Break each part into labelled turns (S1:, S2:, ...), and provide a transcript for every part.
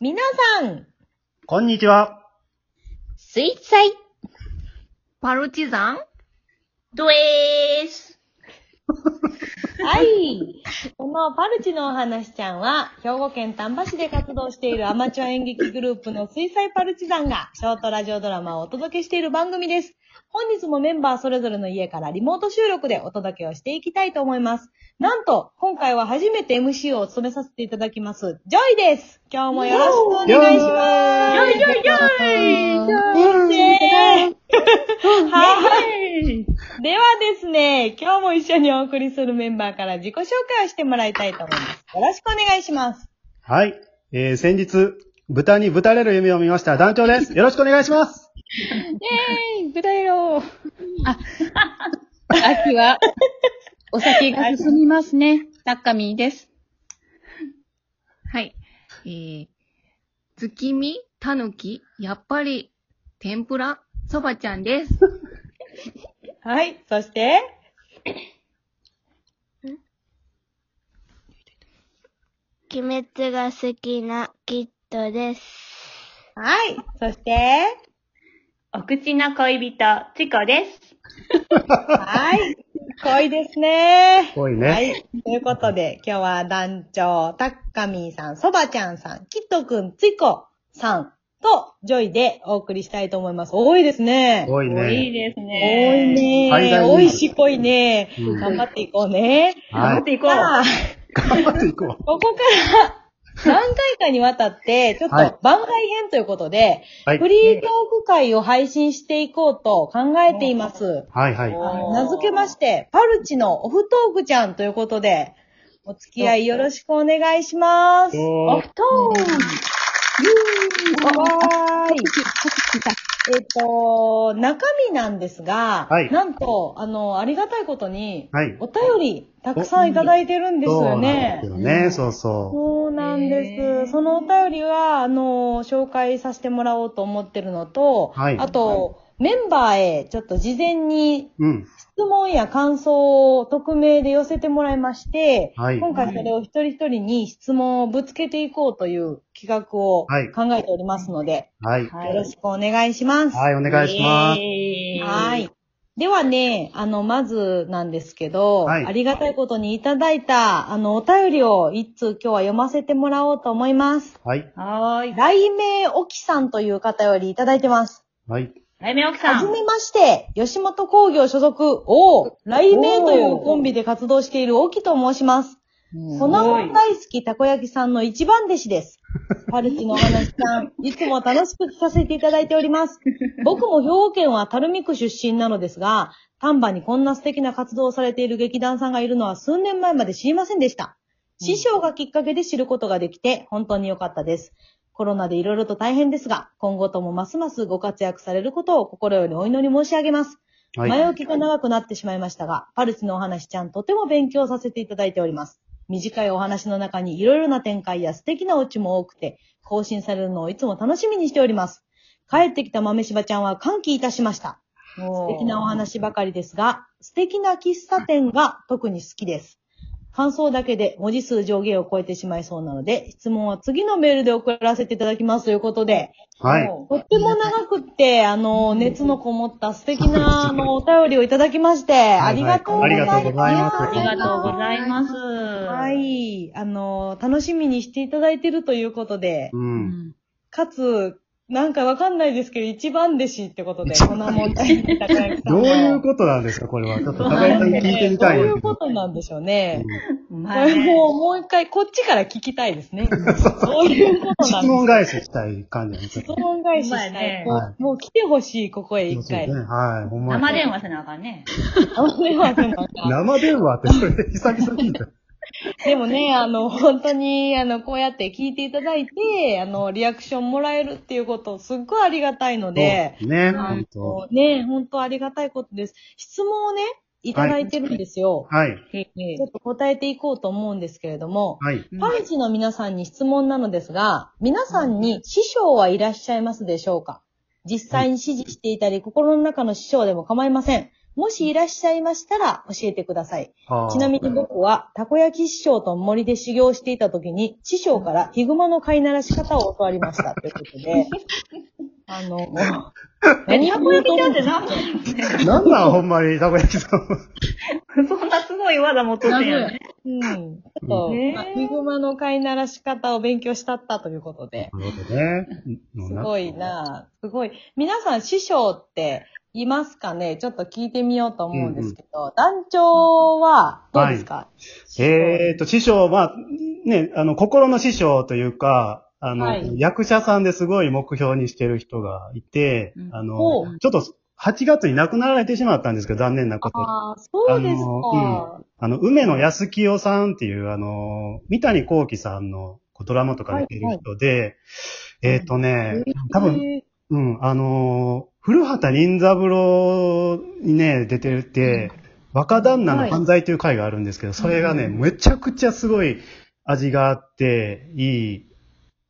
S1: 皆さん、
S2: こんにちは。
S1: 水彩
S3: パルチザン
S1: ドエー す。はい。このパルチのお話ちゃんは、兵庫県丹波市で活動しているアマチュア演劇グループの水彩パルチザンが、ショートラジオドラマをお届けしている番組です。本日もメンバーそれぞれの家からリモート収録でお届けをしていきたいと思います。なんと、今回は初めて MC を務めさせていただきます、ジョイです。今日もよろしくお願いします。
S2: よいしょよいしょ
S1: ねえはい。ではですね、今日も一緒にお送りするメンバーから自己紹介をしてもらいたいと思います。よろしくお願いします。
S2: はい。えー、先日、豚にぶたれる夢を見ました団長です。よろしくお願いします。
S3: えい、豚色。あ、秋は、お酒が進みますね。タッカミーです。はい。えー、月見、たぬき、やっぱり、天ぷら、そばちゃんです。
S1: はい。そして、
S4: 鬼滅が好きなキッドです。
S1: はい。そして、
S5: お口の恋人、チコです。
S1: はい。濃いですね。
S2: 多いね。
S1: はい。ということで、今日は団長、タッカミーさん、そばちゃんさん、キットくん、ついこさんと、ジョイでお送りしたいと思います。多いですね。
S2: 多い
S5: いい
S2: ね。
S5: です
S1: 多い
S5: ね。
S1: ね
S2: 最大
S1: ー。
S2: に
S1: 多いし、濃いねー。
S2: うん
S1: 頑張っていこうね。
S5: 頑張
S2: は
S5: っ
S2: い。
S5: ていこう。
S1: さあ、
S2: 頑張っていこ
S1: ここから何回かにわたって、ちょっと
S2: はい
S1: 番外編ということで、
S2: う。はい
S1: フ。リートーク会を配信していこうと考えています。
S2: はいはい。
S5: お
S2: よ
S5: ー
S1: あの名付けまして、パルチのオフトークちゃんということで、お付き合いよろしくお願いします。わ
S2: ー
S5: お布団
S1: ーい。えっと、中身なんですが、
S2: はい
S1: なんと、あの、ありがたいことに、
S2: はい
S1: お便りたくさんいただいてるんです
S2: そう
S1: よ
S2: なんで
S1: ね
S2: す。よね。そうそ
S1: そうなんで
S5: へー
S1: す。そのお便りは、あの、紹介させてもらおうと思ってるのと、
S2: はい
S1: あと、メンバーへ、ちょっと事前に
S2: う。うん。
S1: 質問や感想を匿名で寄せてもらいまして、
S2: はい
S1: 今回それを一人一人に質問をぶつけていこうという企画を考
S2: はい
S1: えておりますので、
S2: はい。
S1: よろしくお願いします。
S2: はい、お願いします。
S5: イエーイ
S1: はい。ではね、あの、まずなんですけど、
S2: はい
S1: ありがたいことにいただいた、あの、お便りを一通今日は読ませてもらおうと思います。
S2: はい。
S5: はーい。
S1: 雷鳴おきさんという方よりいただいてます。
S2: はい。
S5: ライメオキ
S1: は
S5: さ
S1: じ
S5: ん。
S1: めまして、吉本工業所属、お雷鳴というコンビで活動しているおきと申します。粉もん大好きたこ焼きさんの一番弟子 です。パルチのお話さん、いつも楽しく聞かせていただいております。僕も兵庫県は垂水区出身なのですが、丹波にこんな素敵な活動をされている劇団さんがいるのは数年前まで知りませんでした。師匠がきっかけで知ることができて、本当に良かったです。コロナでいろいろと大変ですが、今後ともますますご活躍されることを心よりお祈り申し上げます。
S2: はい。
S1: 前置きが長くなってしまいましたが、パルチのお話ちゃんとても勉強させていただいております。短いお話の中にいろいろな展開や素敵なオチも多くて、更新されるのをいつも楽しみにしております。帰ってきた豆柴ちゃんは歓喜いたしました。素
S5: 素
S1: 敵なお話ばかりですが、素敵な喫茶店が特に好きです。感想だけで文字数上限を超えてしまいそうなので、質問は次のメールで送らせていただきますということで、
S2: はい。
S1: とっても長くって、あの、熱のこもった素敵な、あの、お便りをいただきまして、ありがとうございます。
S2: ありがとうございます
S5: ありがとうございます。は
S1: は。い。あの、楽しみにしていただいてるということで、
S2: うん。
S1: かつ、なんかわかんないですけど、一番弟子ってことで、こんな問題に高木さん
S2: ど
S1: の
S2: ういうことなんですかこれは。ちょっと高井さんに聞いてみたい
S1: ど
S2: ん
S1: うい
S2: です
S1: う
S2: けど。
S1: ことなんでしょうね。こ
S5: まあ
S1: れ
S5: ね、
S1: もう、もう一回、こっちから聞きたいですね。どういうことなんで
S2: 質
S1: す
S2: 問
S1: か
S2: 返ししたい感じなんです
S1: 質
S2: よ。
S1: 問返ししたい。
S2: まあね
S1: こうもう来てほしい、ここへ
S2: そ
S1: 一
S2: うです
S1: 回
S2: ね。。はい。ほんまに
S5: 生電話せなあかんね。
S1: あでもなんか
S2: 生電話ってそれ久々聞いた。
S1: でもね、あの、本当に、あの、こうやって聞いていただいて、あの、リアクションもらえるっていうこと、すっごいありがたいので、
S2: そうすね、
S1: あ
S2: 本
S1: の
S2: 当。
S1: ね、本当ありがたいことです。質問をね、いただいてるんですよ。
S2: はい。
S1: ちょっと答えていこうと思うんですけれども、
S2: はい。
S1: パルチの皆さんに質問なのですが、皆さんに師匠はいらっしゃいますでしょうか実際に指示していたり、心の中の師匠でも構いません。もしいらっしゃいましたら教えてください。
S2: はあ
S1: ちなみに僕は、たこ焼き師匠と森で修行していた時に、師匠からヒグマの飼いならし方を教わりました。ということ で、あの、もう、何
S5: た
S1: を
S5: こ
S1: 言うと
S5: 焼き
S1: 思
S5: だ
S1: う
S5: ってな、
S2: なんなん、ほんまに、たこ焼 きさんは。
S5: そんなすごい技持っとってんやね。
S1: うん。ちょっと、
S5: ねえ
S1: まあヒグマの飼いならし方を勉強したったということで、
S2: なるほどね。
S1: すごいなぁすごい。皆さん師匠っていますかねちょっと聞いてみようと思うんですけど、団長はどうですか、
S2: えーっと、師匠、まあ、ね、あの、心の師匠というか、あの、
S1: はい
S2: 役者さんですごい目標にしてる人がいて
S3: う、ん
S2: あの
S1: ほ、
S2: ちょっと、8月に亡くなられてしまったんですけど、残念なことに。
S1: ああ、そうですか。
S2: ああの、梅野康清さんっていう、あの、三谷幸喜さんのこうドラマとか出てる人で、えーっとね、多分、
S1: えー
S2: うん、あのー古畑任三郎にね、出てて、若旦那の犯罪という回があるんですけど、それがね、めちゃくちゃすごい味があって、いい、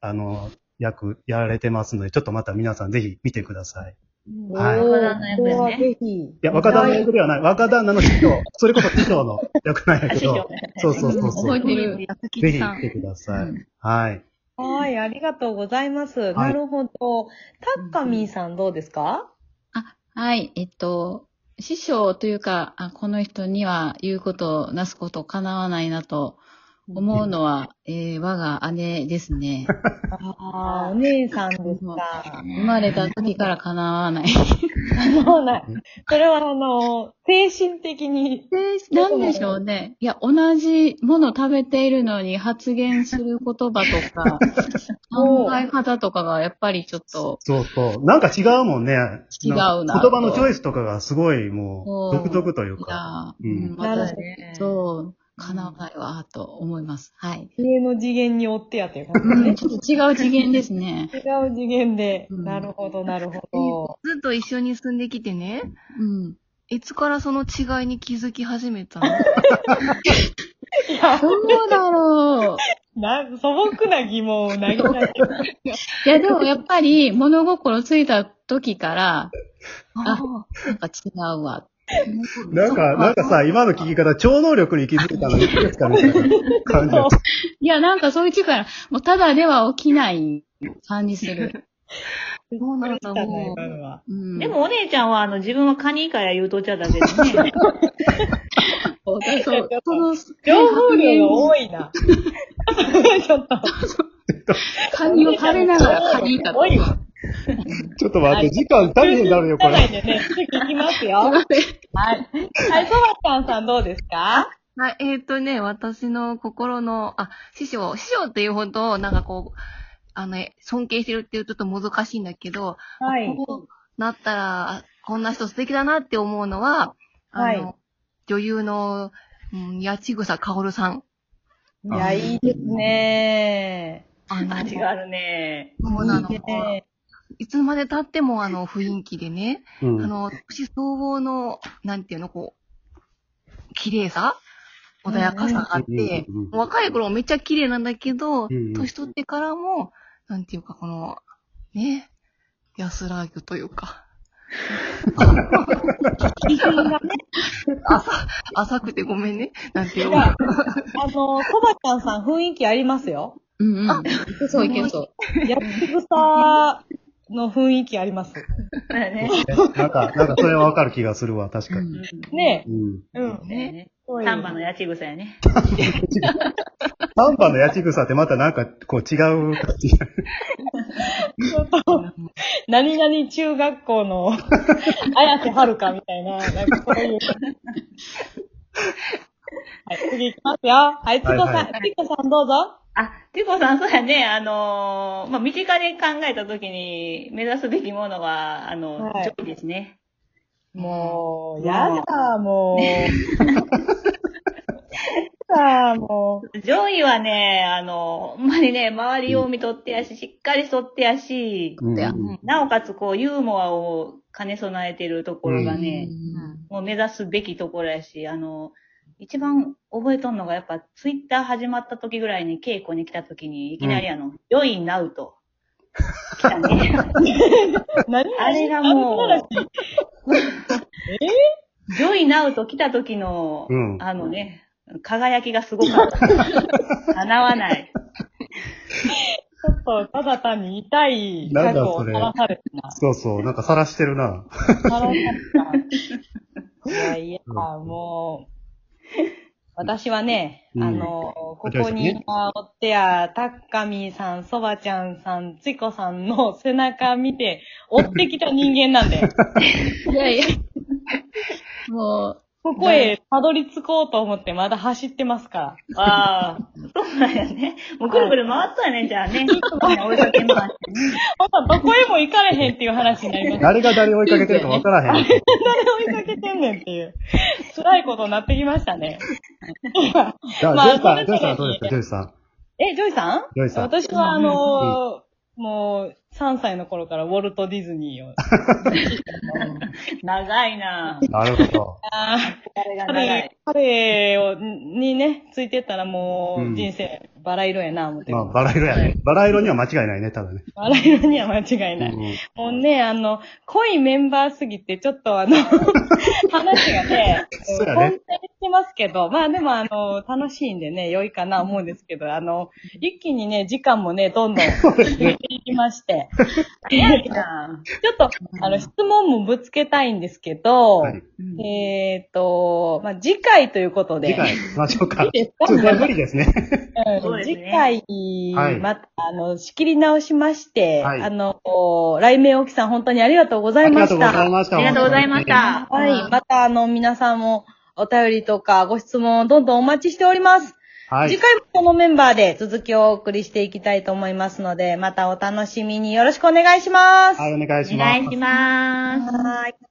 S2: あの、役やられてますので、ちょっとまた皆さんぜひ見てください。はい
S1: おー
S5: 若旦那役ですね
S1: これはぜひ。
S2: いや、若旦那役ではない。若旦那の師匠。それこそ師匠の役なんや
S5: あ
S2: け
S5: 師匠
S2: ど。そうそうそう そ
S3: 覚え
S2: う。
S3: てる。高
S2: ぜ
S3: 木
S2: ひ
S3: さ
S2: 見
S3: ん。
S2: てくださ
S3: う
S2: い。はい。
S1: はい、ありがとうございます。
S2: い
S1: なるほど。タッカミーさんどうですか、
S3: あ、はい、えっと、師匠というか、あこの人には言うこと、なすこと叶わないなと思うのは、えー我が姉ですね。
S1: ああ、お姉さんですか。
S3: 生まれた時から叶わない。
S1: そうない。それはあの、精神的に。
S3: なんでしょうね。いや、同じもの食べているのに発言する言葉と か、
S1: おう
S3: 考え方とかがやっぱりちょっと、
S2: そうそう。なんか違うもんね。
S3: 違うな
S2: 言葉のチョイスとかがすごいもう、
S3: うん
S2: 独特という
S3: い
S2: か。
S3: や、
S2: う
S3: うんん、
S1: なるほ
S3: 私
S1: ど
S3: そう、叶わないわ、と思います。はい。
S1: 家の次元に追ってやってる感じ
S3: うんちょっと違う次元ですね。
S1: 違う次元で。
S3: うん
S1: なるほど、なるほど。
S6: ずっと一緒に住んできてね、
S3: うん。
S6: いつからその違いに気づき始めたの
S1: いや、
S3: どうだろう。
S1: な、素朴な疑問を投げかけて。
S3: いや、でもやっぱり物心ついた時から、あなんか違うわ。
S2: なんか、なんかさ、今の聞き方、超能力に気づいたのに気づいたみたいな感じだった。
S3: いや、なんかそういう力、もうただでは起きない感じする。
S6: そうなんだ、もう。
S1: は。
S3: うん、
S5: でもお姉ちゃんは、あの、自分はカニ以下や言うとっちゃったけどね。
S3: そう、そうその、
S1: 情報量が多いな。 ちょっと。
S3: カニを食べながらカニだと
S1: 多。いわ。
S2: ちょっと待って、時間足りへんなるよ、こ
S1: じゃない
S2: れ。
S1: んでね、次行きますよ。はい。はい、そばちゃんさんどうですか
S6: はい、えっ、ー、とね、私の心の、あ、師匠、師匠っていうほど、なんかこう、あの、え尊敬してるっていうとちょっと難しいんだけど、
S1: はい。
S6: こうなったら、あこんな人素敵だなって思うのは、あの、
S1: はい
S6: 女優の、うん、八千草薫さん。
S1: いや、いいですね
S6: あの、
S5: 味があるね。
S6: そうなの
S1: いいね
S6: いつまで経ってもあの雰囲気でね、
S2: う
S6: あ
S2: ん。
S6: の、年相応の、なんていうの、こう、綺麗さ穏やかさがあっ
S2: うんうん
S6: て、
S2: うんうんうん
S6: もう若い頃めっちゃ綺麗なんだけど、
S2: んうん
S6: 年取ってからも、なんていうか、この、ね、安らぎとい うか。 浅、浅くてごめんね。なんていう
S1: いや
S6: か。
S1: あの、そばちゃんさん雰囲気ありますよ。
S3: うんうん。いけそういけそう。
S1: やき草の雰囲気あります。
S5: そうやね。
S2: なんか、なんかそれはわかる気がするわ、確か
S3: う
S2: に。
S3: ん
S1: ね
S2: うん。
S1: え。うん。
S5: ね。
S1: そういう
S5: 丹波の八千草やね。
S2: 丹波の八千草ってまたなんか、こう違う感じ。
S1: 何々中学校の 綾瀬はるかみたいな、なんかそういう。はい、次いきますよ。はい、つこ
S2: は
S1: さん、
S2: い
S1: つこさんどうぞ。
S5: あ、てこさん、そうやね。あのーまあ、身近で考えたときに目指すべきものは、あの、
S1: はい
S5: 上位ですね。
S1: もう、やだ、もう。やだ、もう。
S5: 上位はね、あの、ほんまにね、周りを見とってやし、しっかりしとってやし、
S2: うん
S3: だよ
S2: うん
S5: なおかつこう、ユーモアを兼ね備えてるところがね、もう目指すべきところやし、あの、一番覚えとんのがやっぱ、ツイッター始まった時ぐらいに稽古に来た時に、いきなりあの、良いなうと。来た ね。
S1: 何
S5: あれがもう
S1: あんならしい
S5: ジョイナウと来た時の、
S2: うん
S5: あのね、輝きがすご かった。叶わない。
S1: ちょっと、ただ単に痛い過去を話されてな。
S2: そうそう、なんか晒してるな。
S1: さらされた。いやいや、もう、私はね、
S2: うん
S1: あの、ここにいるおってや、たっかみーさん、そばちゃんさん、ちこさんの背中見て、追ってきた人間 なんで、
S3: いやいや。 も
S1: ここへたどり着こうと思ってまだ走ってますから。
S5: ああ、そうなんやね。もうくるくる回ったよね、じゃあ ね。みんな追いかけ回してね。
S1: まだどこへも行かれへんっていう話にな ります。
S2: 誰が誰を追いかけてるかわからへん。
S1: 追いかけてんねんっていう、辛いことになってきましたね。
S2: じゃあ、
S1: まあ
S2: ジョイさん、
S1: それぞれ
S2: ジョイさんはどうですか、ジョイさん。
S1: え、ジョイさん
S2: ジョイさん
S1: 私はあのーもう、3歳の頃からウォルト・ディズニー を。
S5: 長いなぁ。
S2: なるほど。
S1: あ
S5: 誰が
S1: ー
S5: 長い
S1: 彼、。彼を、にね、ついてったらも
S2: うん
S1: う、人生、バラ色やな、 思って。
S2: まあ、バラ色やね。バラ色には間違いないね、ただね。
S1: バラ色には間違いない。
S2: う
S1: もうね、あの、濃いメンバーすぎて、ちょっとあ の、話がね、
S2: そうや
S1: 混
S2: ね
S1: 在してますけど、まあでもあの、楽しいんでね、良いかな思うんですけど、あの、一気にね、時間もね、どんどん増えていきまして、
S5: 早いなぁ。
S1: ちょっと、あの、質問もぶつけたいんですけど、
S2: はい
S1: えっ、と、まあ次回ということで、
S2: 次回、ましょうか。
S1: いいです
S2: ちょっとこれ無理ですね。
S1: うん
S5: そうですね
S1: 次
S2: は
S1: 回、
S2: い
S1: また、あの、仕切り直しまして、
S2: はい
S1: あの、来名沖さん本当にありがとうござ
S2: あ
S1: い
S2: り
S1: ま
S2: がと
S1: し
S2: うご
S1: た。
S2: ざいました。
S5: ありがとうございまし。た。
S1: はい。また、あの、皆さんもお便りとかご質問をどんどんお待ちしております。
S2: はい
S1: 次。回もこのメンバーで続きをお送りしていきたいと思いますので、またお楽しみによろしくお願いします。
S2: はい、お願いし
S5: お
S2: ます
S5: 願い。します。
S1: はい